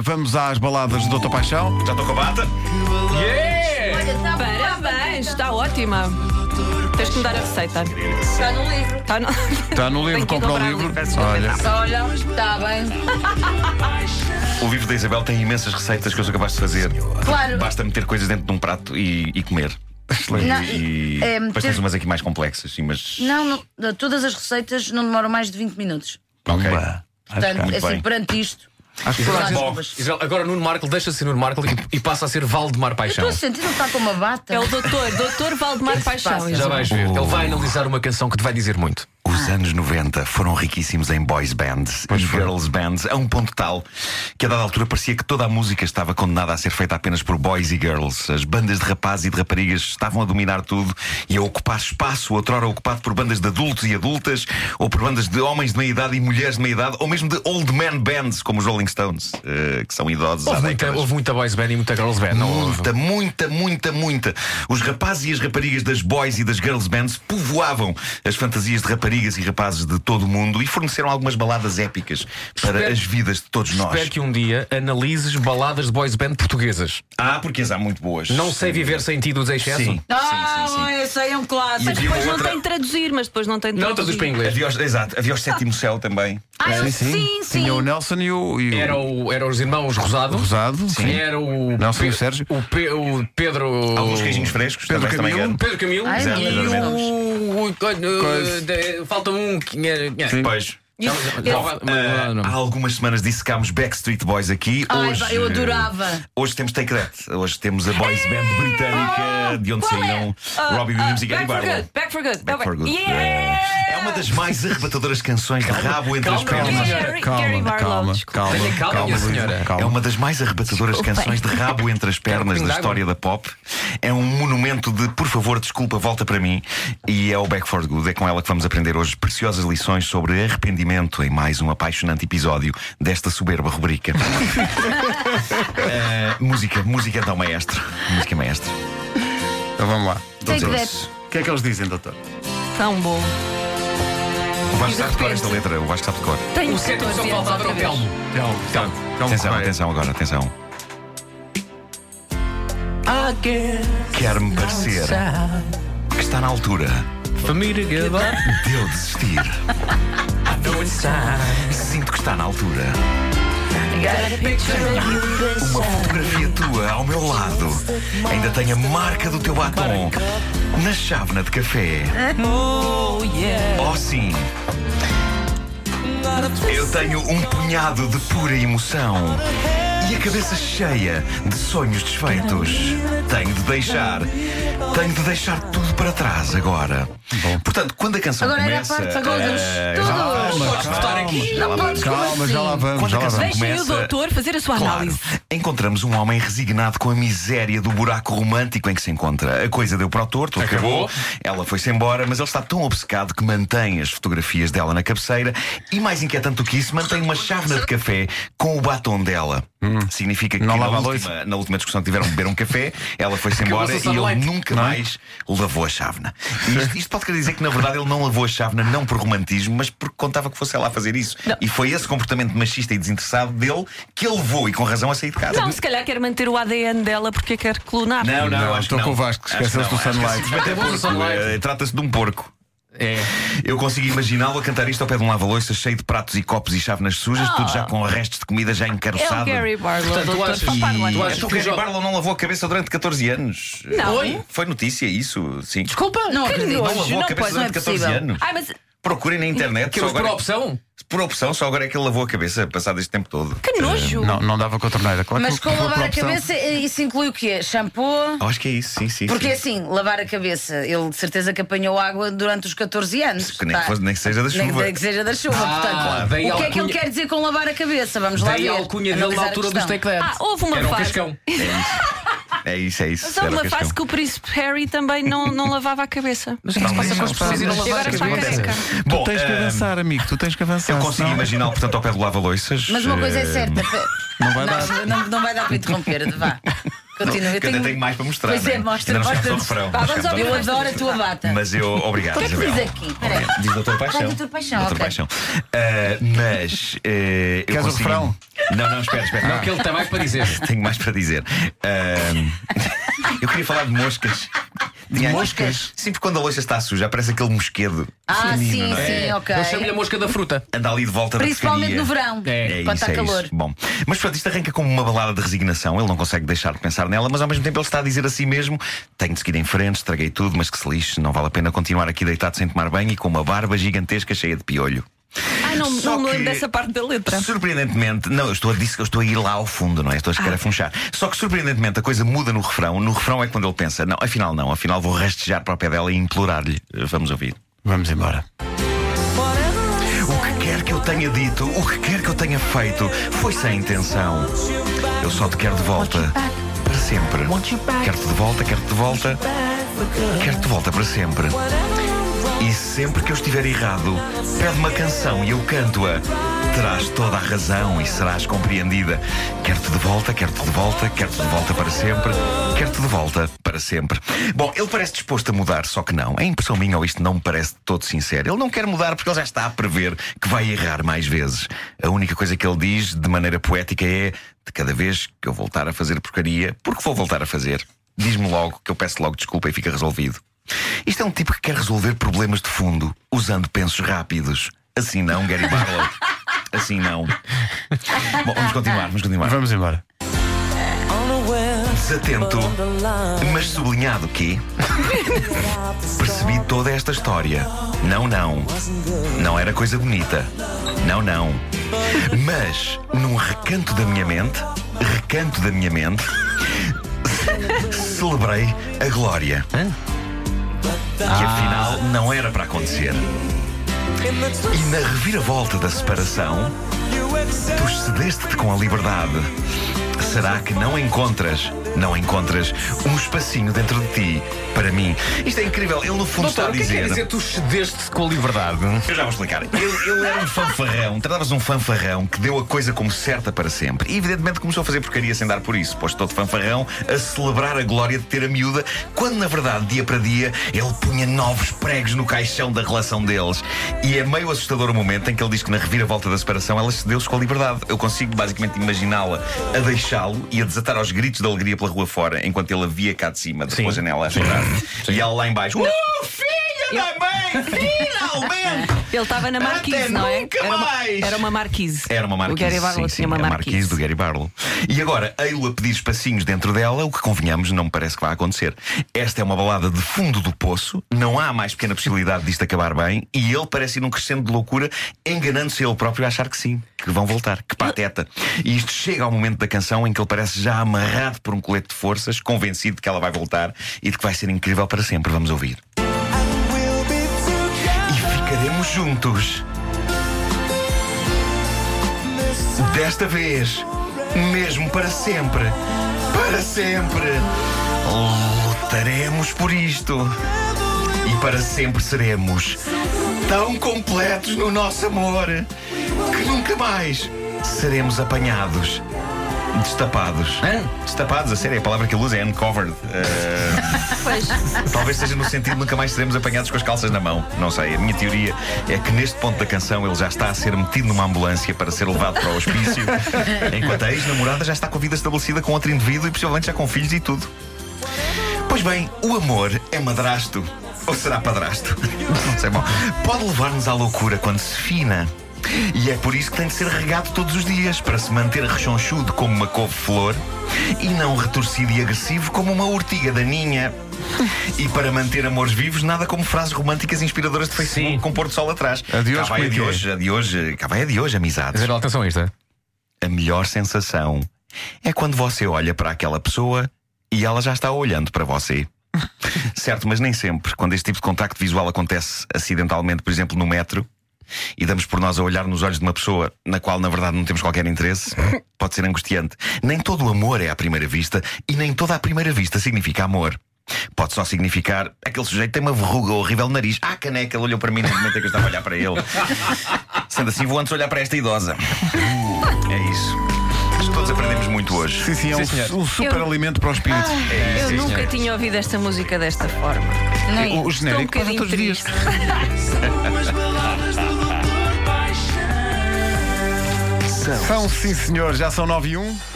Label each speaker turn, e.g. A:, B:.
A: Vamos às baladas do Dr. Paixão.
B: Já estou com a bata?
C: Yeah!
D: Parabéns, está ótima. Tens que me dar a receita. Tá,
E: Está no livro.
D: Está no...
A: Está no livro,
D: Tenho que ir
A: compra o
D: comprar
A: livro.
D: livro.
A: Olha,
E: Olha, está bem.
B: O livro da Isabel tem imensas receitas que eu sou capaz de fazer.
E: Claro.
B: Basta meter coisas dentro de um prato e, e comer.
E: Não,
B: e
E: é,
B: depois
E: meter-
B: tens umas aqui mais complexas, sim, mas.
E: Não, não, todas as receitas não demoram mais de 20 minutos.
B: Ok.
A: Pumba.
E: Portanto,
B: é Muito
E: assim,
B: bem.
E: perante isto.
A: Acho que
E: não há
A: toda a gente-
E: desculpas.
C: Isabel, agora Nuno Marco deixa-se ser Nuno Marco e, e passa a ser Valdemar
E: Estou
C: Paixão.
E: a sentir, não está com uma bata.
D: É o doutor, doutor Valdemar Paixão.
E: passa?
C: Já
D: Isabel.
C: vais ver. Ele vai analisar uma canção que te vai dizer muito.
B: Os anos 90 foram riquíssimos em boys bands e girls bands, a um ponto tal que a dada altura parecia que toda a música estava condenada a ser feita apenas por boys e girls. As bandas de rapazes e de raparigas estavam a dominar tudo e a ocupar espaço, outrora ocupado por bandas de adultos e adultas, ou por bandas de homens de meia-idade e mulheres de meia-idade, ou mesmo de old man bands, como os Rolling Stones, eh, que são idosos há
C: Houve muita,
B: décadas.
C: houve muita boys band e muita girls band. não houve?
B: Muita, muita, muita, muita. Os rapazes e as raparigas das boys e das girls bands povoavam as fantasias de raparigas e rapazes de todo o mundo e forneceram algumas baladas épicas para
C: Espero-
B: as vidas de todos nós.
C: Espero que um dia analises baladas de boys band portuguesas.
B: Ah, porque as há muito boas.
C: Não sei viver sem ti dos excesso.
B: Sim,
E: Ah,
B: sim, sim, sim.
E: eu sei, é um clássico.
D: Mas
B: E havia
D: depois não
B: outra-
D: tem de traduzir, mas depois não tem de
C: Não
D: traduzir.
C: todos para inglês.
B: Havia os, exato, havia os sétimo céu também.
E: Ah, eu- sim, sim.
A: Tinha o Nelson e o, e o
C: Era, o, era os irmãos Rosado.
A: Rosado.
C: Era o.
A: Não, sim,
C: Pe-
A: o Sérgio.
C: O, Pe- o Pedro.
B: Alguns queijinhos frescos,
A: Pedro
B: também, também
A: Camilo.
B: eram.
C: Pedro Camilo.
E: Ai,
B: Exato,
E: meu
C: e
B: exatamente.
E: Deus.
C: o. o-
A: Coisa.
C: de- Falta um. que é- é.
B: Pois.
D: E-
C: Não,
D: e-
B: Ah,
C: não, não, não.
B: há algumas semanas dissecámos Backstreet Boys aqui.
E: Ai,
B: hoje,
E: pá, eu adorava.
B: eh, Hoje temos Take That. Hoje temos a boys band britânica eh, de onde
D: qual é?
B: saíram
D: Ah,
B: Robbie Williams
D: ah,
B: e Gary
D: Back for
B: Barlow.
D: good, back for good. Tá
B: Back
D: bem.
B: for Good.
D: Yeah!
B: É uma das mais arrebatadoras canções de rabo entre as
C: calma,
B: pernas.
C: minha
D: Gary- Gary
A: Calma,
D: Barlow,
A: calma,
D: desculpa.
A: calma,
C: Tenha calma,
A: calma,
C: minha
A: Luísa,
C: senhora.
A: calma.
B: É uma das mais arrebatadoras canções de rabo entre as pernas da
C: Desculpem.
B: história da pop. É um monumento de por favor, desculpa, volta para mim. E é o Back for Good. É com ela que vamos aprender hoje preciosas lições sobre arrependimento em mais um apaixonante episódio desta soberba rubrica. Eh, música, música então, maestro. Música, maestro.
A: Então vamos lá.
E: Take
B: Doutor,
E: that.
A: O que é que eles dizem, doutor?
D: Tão bom.
B: O Vasco sabe de cor esta letra. O é Vasco sabe de cor.
D: Tenho
C: O sétimo
D: 14
C: só
D: anos
C: faltava
D: outra
C: era o
D: vez.
C: Telmo.
A: Calma,
B: Atenção,
A: Correia.
B: atenção agora, atenção. Quer-me parecer que está na altura
C: Família Guevara.
B: de eu desistir. Sinto que está na altura. Uma fotografia tua ao meu lado. Ainda tem a marca do teu batom na chávena de café. Oh, sim. Eu tenho um punhado de pura emoção e a cabeça cheia de sonhos desfeitos. Tenho de deixar, tenho de deixar tudo para trás agora. Portanto, quando a canção
E: Agora era a
B: começa,
E: parte de
B: eh,
E: todos.
A: Mas
E: Todos.
C: Podes votar aqui.
E: Não podes
A: Calma, já lá vamos,
B: Quando
A: já lá
B: acaso-
A: vamos.
D: Deixem o
B: Começa-
D: doutor fazer a sua
B: Claro.
D: análise.
B: Encontramos um homem resignado com a miséria do buraco romântico em que se encontra. A coisa deu para o torto, acabou.
C: Acabou.
B: Ela foi-se embora, mas ele está tão obcecado que mantém as fotografias dela na cabeceira e, mais inquietante do que isso, mantém uma chávena de café com o batom dela. Significa que
A: Não
B: na,
A: lava a
B: última, na última discussão que tiveram, beberam um café, ela foi-se embora
C: Acabou-se o
B: e ele
C: sunlight.
B: nunca mais lavou a chávena. E Isto, isto pode querer dizer que, na verdade, ele não lavou a chávena não por romantismo, mas porque contava que fosse ela a fazer isso. E foi esse comportamento machista e desinteressado dele que ele levou, e com razão, a sair de casa.
D: Não, se calhar quer manter o ADN dela porque quer clonar.
B: Não, não,
A: Não,
B: acho
A: estou
B: que
A: com
B: não.
A: o Vasco,
B: Acho
A: esqueceu-se
B: que não,
A: do sunlight.
B: acho que simplesmente é
C: Acabou o
B: porco,
C: sunlight.
B: eh, Trata-se de um porco.
C: É.
B: Eu consigo imaginá-lo a cantar isto ao pé de um lava-loiça cheio de pratos e copos e chávenas sujas, tudo já com restos de comida já
D: Oh. É o
B: encaroçada.
D: Gary Barlow,
C: Portanto, tu
D: doutor.
C: achas-
D: Faz parte do
B: E-
C: Tu
D: ADN.
C: achas
B: Então o
C: que o
B: Gary
C: jo-
B: Barlow não lavou a cabeça durante 14 anos?
D: Não.
B: Oi? Foi notícia isso, sim.
E: Desculpa, não
D: Que
E: acredito.
B: Não
D: nojo,
B: lavou
D: não
B: a cabeça
D: pode, não é
B: durante 14
E: possível.
B: anos.
D: Ai, mas que
B: Procurem na internet.
C: Que
B: só
C: mas por
B: agora-
C: opção?
B: por opção, só agora é que ele lavou a cabeça passado este tempo todo.
D: nojo.
B: Eh,
A: Não, não dava com a torneira. Claro é
E: Mas
A: que
E: com
A: foi por
E: lavar a
A: opção.
E: cabeça, é eh, isso inclui o quê? Shampoo?
B: Eu acho que é isso, sim, sim.
E: Porque
B: sim.
E: assim, lavar a cabeça, ele de certeza que apanhou água durante os 14 anos.
B: Que nem,
E: Tá.
B: que fosse- nem que seja da
E: Nem
B: chuva.
E: que seja da chuva,
C: Ah, claro.
E: portanto.
C: Daí
E: O que é que
C: alcunha-
E: ele quer dizer com lavar a cabeça? Vamos lá
C: Daí
E: ver.
C: a alcunha dele na
E: Analisar a
C: altura dos
E: questão.
C: take that.
D: Ah, houve uma
C: Era um
D: fase.
C: cascão.
B: É isso, é isso.
D: Mas
B: era o
D: houve uma
B: que eu
D: fase que o príncipe Harry também não, não lavava a cabeça. Mas
B: Não, mas não
C: pessoas?
B: precisa.
C: E agora
B: Não
C: está
B: acontece.
D: careca.
B: Bom,
A: Tu tens que
B: ahm,
A: avançar, amigo, tu tens que avançar.
B: Eu consigo
A: senão é
B: imaginar, portanto, ao pé do lava-loiças.
E: Mas uma coisa é
B: eh,
E: certa.
A: Não vai dar.
E: Não, não, não vai dar para interromper, vá. Continua.
B: que
E: eu
B: ainda tenho mais para mostrar.
E: Pois é,
B: né?
E: mostra,
B: Ainda não chegámos
E: mostra.
B: ao refrão.
D: Pá,
B: não
D: vamos
B: chegámos ao
D: ouvir
E: Eu
B: refrão.
E: adoro a tua bata.
B: Mas eu, obrigado,
E: O que é que
B: Isabel.
E: diz aqui? Espera aí.
B: Obrigado. Diz Doutor Paixão.
E: Ah, Doutor Paixão,
B: Doutor
E: ok.
B: Paixão. Ah, mas. eh, eu
A: Queres o
B: consegui-
A: refrão?
B: Não, não, espera, espera.
C: Não, que ele tem mais para dizer.
B: Tenho mais para dizer. Ah, eu queria falar de moscas. De
A: moscas?
B: Sim, porque quando a loiça está suja, aparece aquele mosquedo.
E: Ah,
B: pequenino,
E: sim,
B: não é?
E: sim, ok.
C: Eu chamo-lhe a mosca da fruta.
B: Anda ali de volta
E: Principalmente
B: da pescaria.
E: no verão,
C: É.
E: quando
B: isso,
E: está
B: isso.
E: calor.
B: Bom, mas pronto, isto arranca como uma balada de resignação. Ele não consegue deixar de pensar nela, mas ao mesmo tempo ele está a dizer a si mesmo: tenho de seguir em frente, estraguei tudo, mas que se lixe, não vale a pena continuar aqui deitado sem tomar banho e com uma barba gigantesca cheia de piolho.
D: Ai, Ah, não,
B: Só
D: não me
B: que-
D: lembro dessa parte da letra.
B: Surpreendentemente, não, eu estou a, disse, que eu estou a ir lá ao fundo, não é? Estou a chegar a funchar. Só que surpreendentemente a coisa muda no refrão. No refrão é quando ele pensa: não, afinal não, afinal vou rastejar para o pé dela e implorar-lhe. Eh, Vamos ouvir.
A: Vamos embora.
B: O que quer que eu tenha dito, o que quer que eu tenha feito, foi sem intenção. Eu só te quero de volta. Para sempre. Quero-te de volta, quero-te de volta. Quero-te de volta para sempre. E sempre que eu estiver errado, pede uma canção e eu canto-a. Terás toda a razão e serás compreendida. Quero-te de volta, quero-te de volta, quero-te de volta para sempre, quero-te de volta para sempre. Bom, ele parece disposto a mudar, só que não. É impressão minha ou isto não me parece de todo sincero. Ele não quer mudar porque ele já está a prever que vai errar mais vezes. A única coisa que ele diz, de maneira poética, é: de cada vez que eu voltar a fazer porcaria, porque vou voltar a fazer, diz-me logo que eu peço logo desculpa e fica resolvido. Isto é um tipo que quer resolver problemas de fundo usando pensos rápidos. Assim não, Gary Barlow. Assim não. Bom, vamos continuar, vamos continuar.
A: Vamos embora.
B: Desatento, mas sublinhado que percebi toda esta história. Não, não. Não era coisa bonita. Não, não. Mas, num recanto da minha mente, recanto da minha mente, celebrei a glória. Que afinal não era para acontecer. E na reviravolta da separação, Tu cedeste-te com a liberdade. Será que não encontras, não encontras um espacinho dentro de ti para mim? Isto é incrível. Ele no fundo está
C: Doutor,
B: a
C: o que é que quer
B: dizer.
C: dizer tu cedeste com a liberdade?
B: Eu já vou explicar. Ele, ele era um fanfarrão, tratava-se de um fanfarrão que deu a coisa como certa para sempre. E evidentemente começou a fazer porcaria sem dar por isso, pois todo fanfarrão a celebrar a glória de ter a miúda, quando na verdade, dia para dia, ele punha novos pregos no caixão da relação deles. E é meio assustador o momento em que ele diz que na reviravolta da separação ela cedeu-se com a liberdade. Eu consigo basicamente imaginá-la a deixá-lo e a desatar aos gritos de alegria pela rua fora, enquanto ele a via cá de cima, da
C: Sim.
B: sua janela a chorar. E ela lá embaixo. Uh, filha da mãe! Finalmente!
D: Ele estava na
B: Até
D: Marquise, não é?
B: nunca
D: era,
B: mais.
D: Uma, era uma Marquise.
B: Era uma marquise.
D: O Gary Barlow
B: sim,
D: tinha uma
B: sim, a marquise
D: Marquise.
B: do Gary Barlow. E agora, ei-lo a pedir espacinhos dentro dela, o que convenhamos, não me parece que vai acontecer. Esta é uma balada de fundo do poço, não há mais pequena possibilidade disto acabar bem, e ele parece ir num crescendo de loucura, enganando-se ele próprio a achar que sim, que vão voltar, que pateta. E isto chega ao momento da canção em que ele parece já amarrado por um colete de forças, convencido de que ela vai voltar e de que vai ser incrível para sempre. Vamos ouvir. E ficaremos juntos. Desta vez, mesmo para sempre, para sempre, lutaremos por isto. E para sempre seremos tão completos no nosso amor que nunca mais seremos apanhados. Destapados. Destapados, a sério, a palavra que ele usa é uncovered. Eh,
D: Pois.
B: Talvez seja no sentido de nunca mais seremos apanhados com as calças na mão. Não sei. A minha teoria é que neste ponto da canção ele já está a ser metido numa ambulância para ser levado para o hospício, enquanto a ex-namorada já está com a vida estabelecida com outro indivíduo e possivelmente já com filhos e tudo. Pois bem, o amor é madrasto. Ou será padrasto? Não sei, bom. Pode levar-nos à loucura quando se fina. E é por isso que tem de ser regado todos os dias para se manter rechonchudo como uma couve-flor e não retorcido e agressivo como uma urtiga daninha. E para manter amores vivos, nada como frases românticas inspiradoras de Facebook
C: Sim.
B: com pôr do sol atrás.
A: A de hoje,
B: cá vai
A: como
B: a
A: é
B: de
A: que é?
B: hoje, a de hoje, cá vai a de hoje, amizades.
C: Isabel, atenção a esta.
B: A melhor sensação é quando você olha para aquela pessoa e ela já está olhando para você. certo, mas nem sempre. Quando este tipo de contacto visual acontece acidentalmente, por exemplo, no metro, e damos por nós a olhar nos olhos de uma pessoa na qual, na verdade, não temos qualquer interesse, pode ser angustiante. Nem todo o amor é à primeira vista e nem toda a primeira vista significa amor. Pode só significar aquele sujeito tem uma verruga horrível no nariz. Ah, caneca, ele olhou para mim no momento em que eu estava a olhar para ele. Sendo assim, vou antes olhar para esta idosa. É isso. Acho que todos aprendemos muito hoje.
A: Sim, sim, é um,
C: Sim, senhor.
A: um super
D: Eu-
A: alimento para o espírito.
D: Eu nunca tinha ouvido esta música desta forma.
E: Não é?
A: O- o
D: Estou um
A: genérico passa
D: bocadinho
A: todos os dias.
D: triste.
A: São, sim, senhor, já são 9 e 1.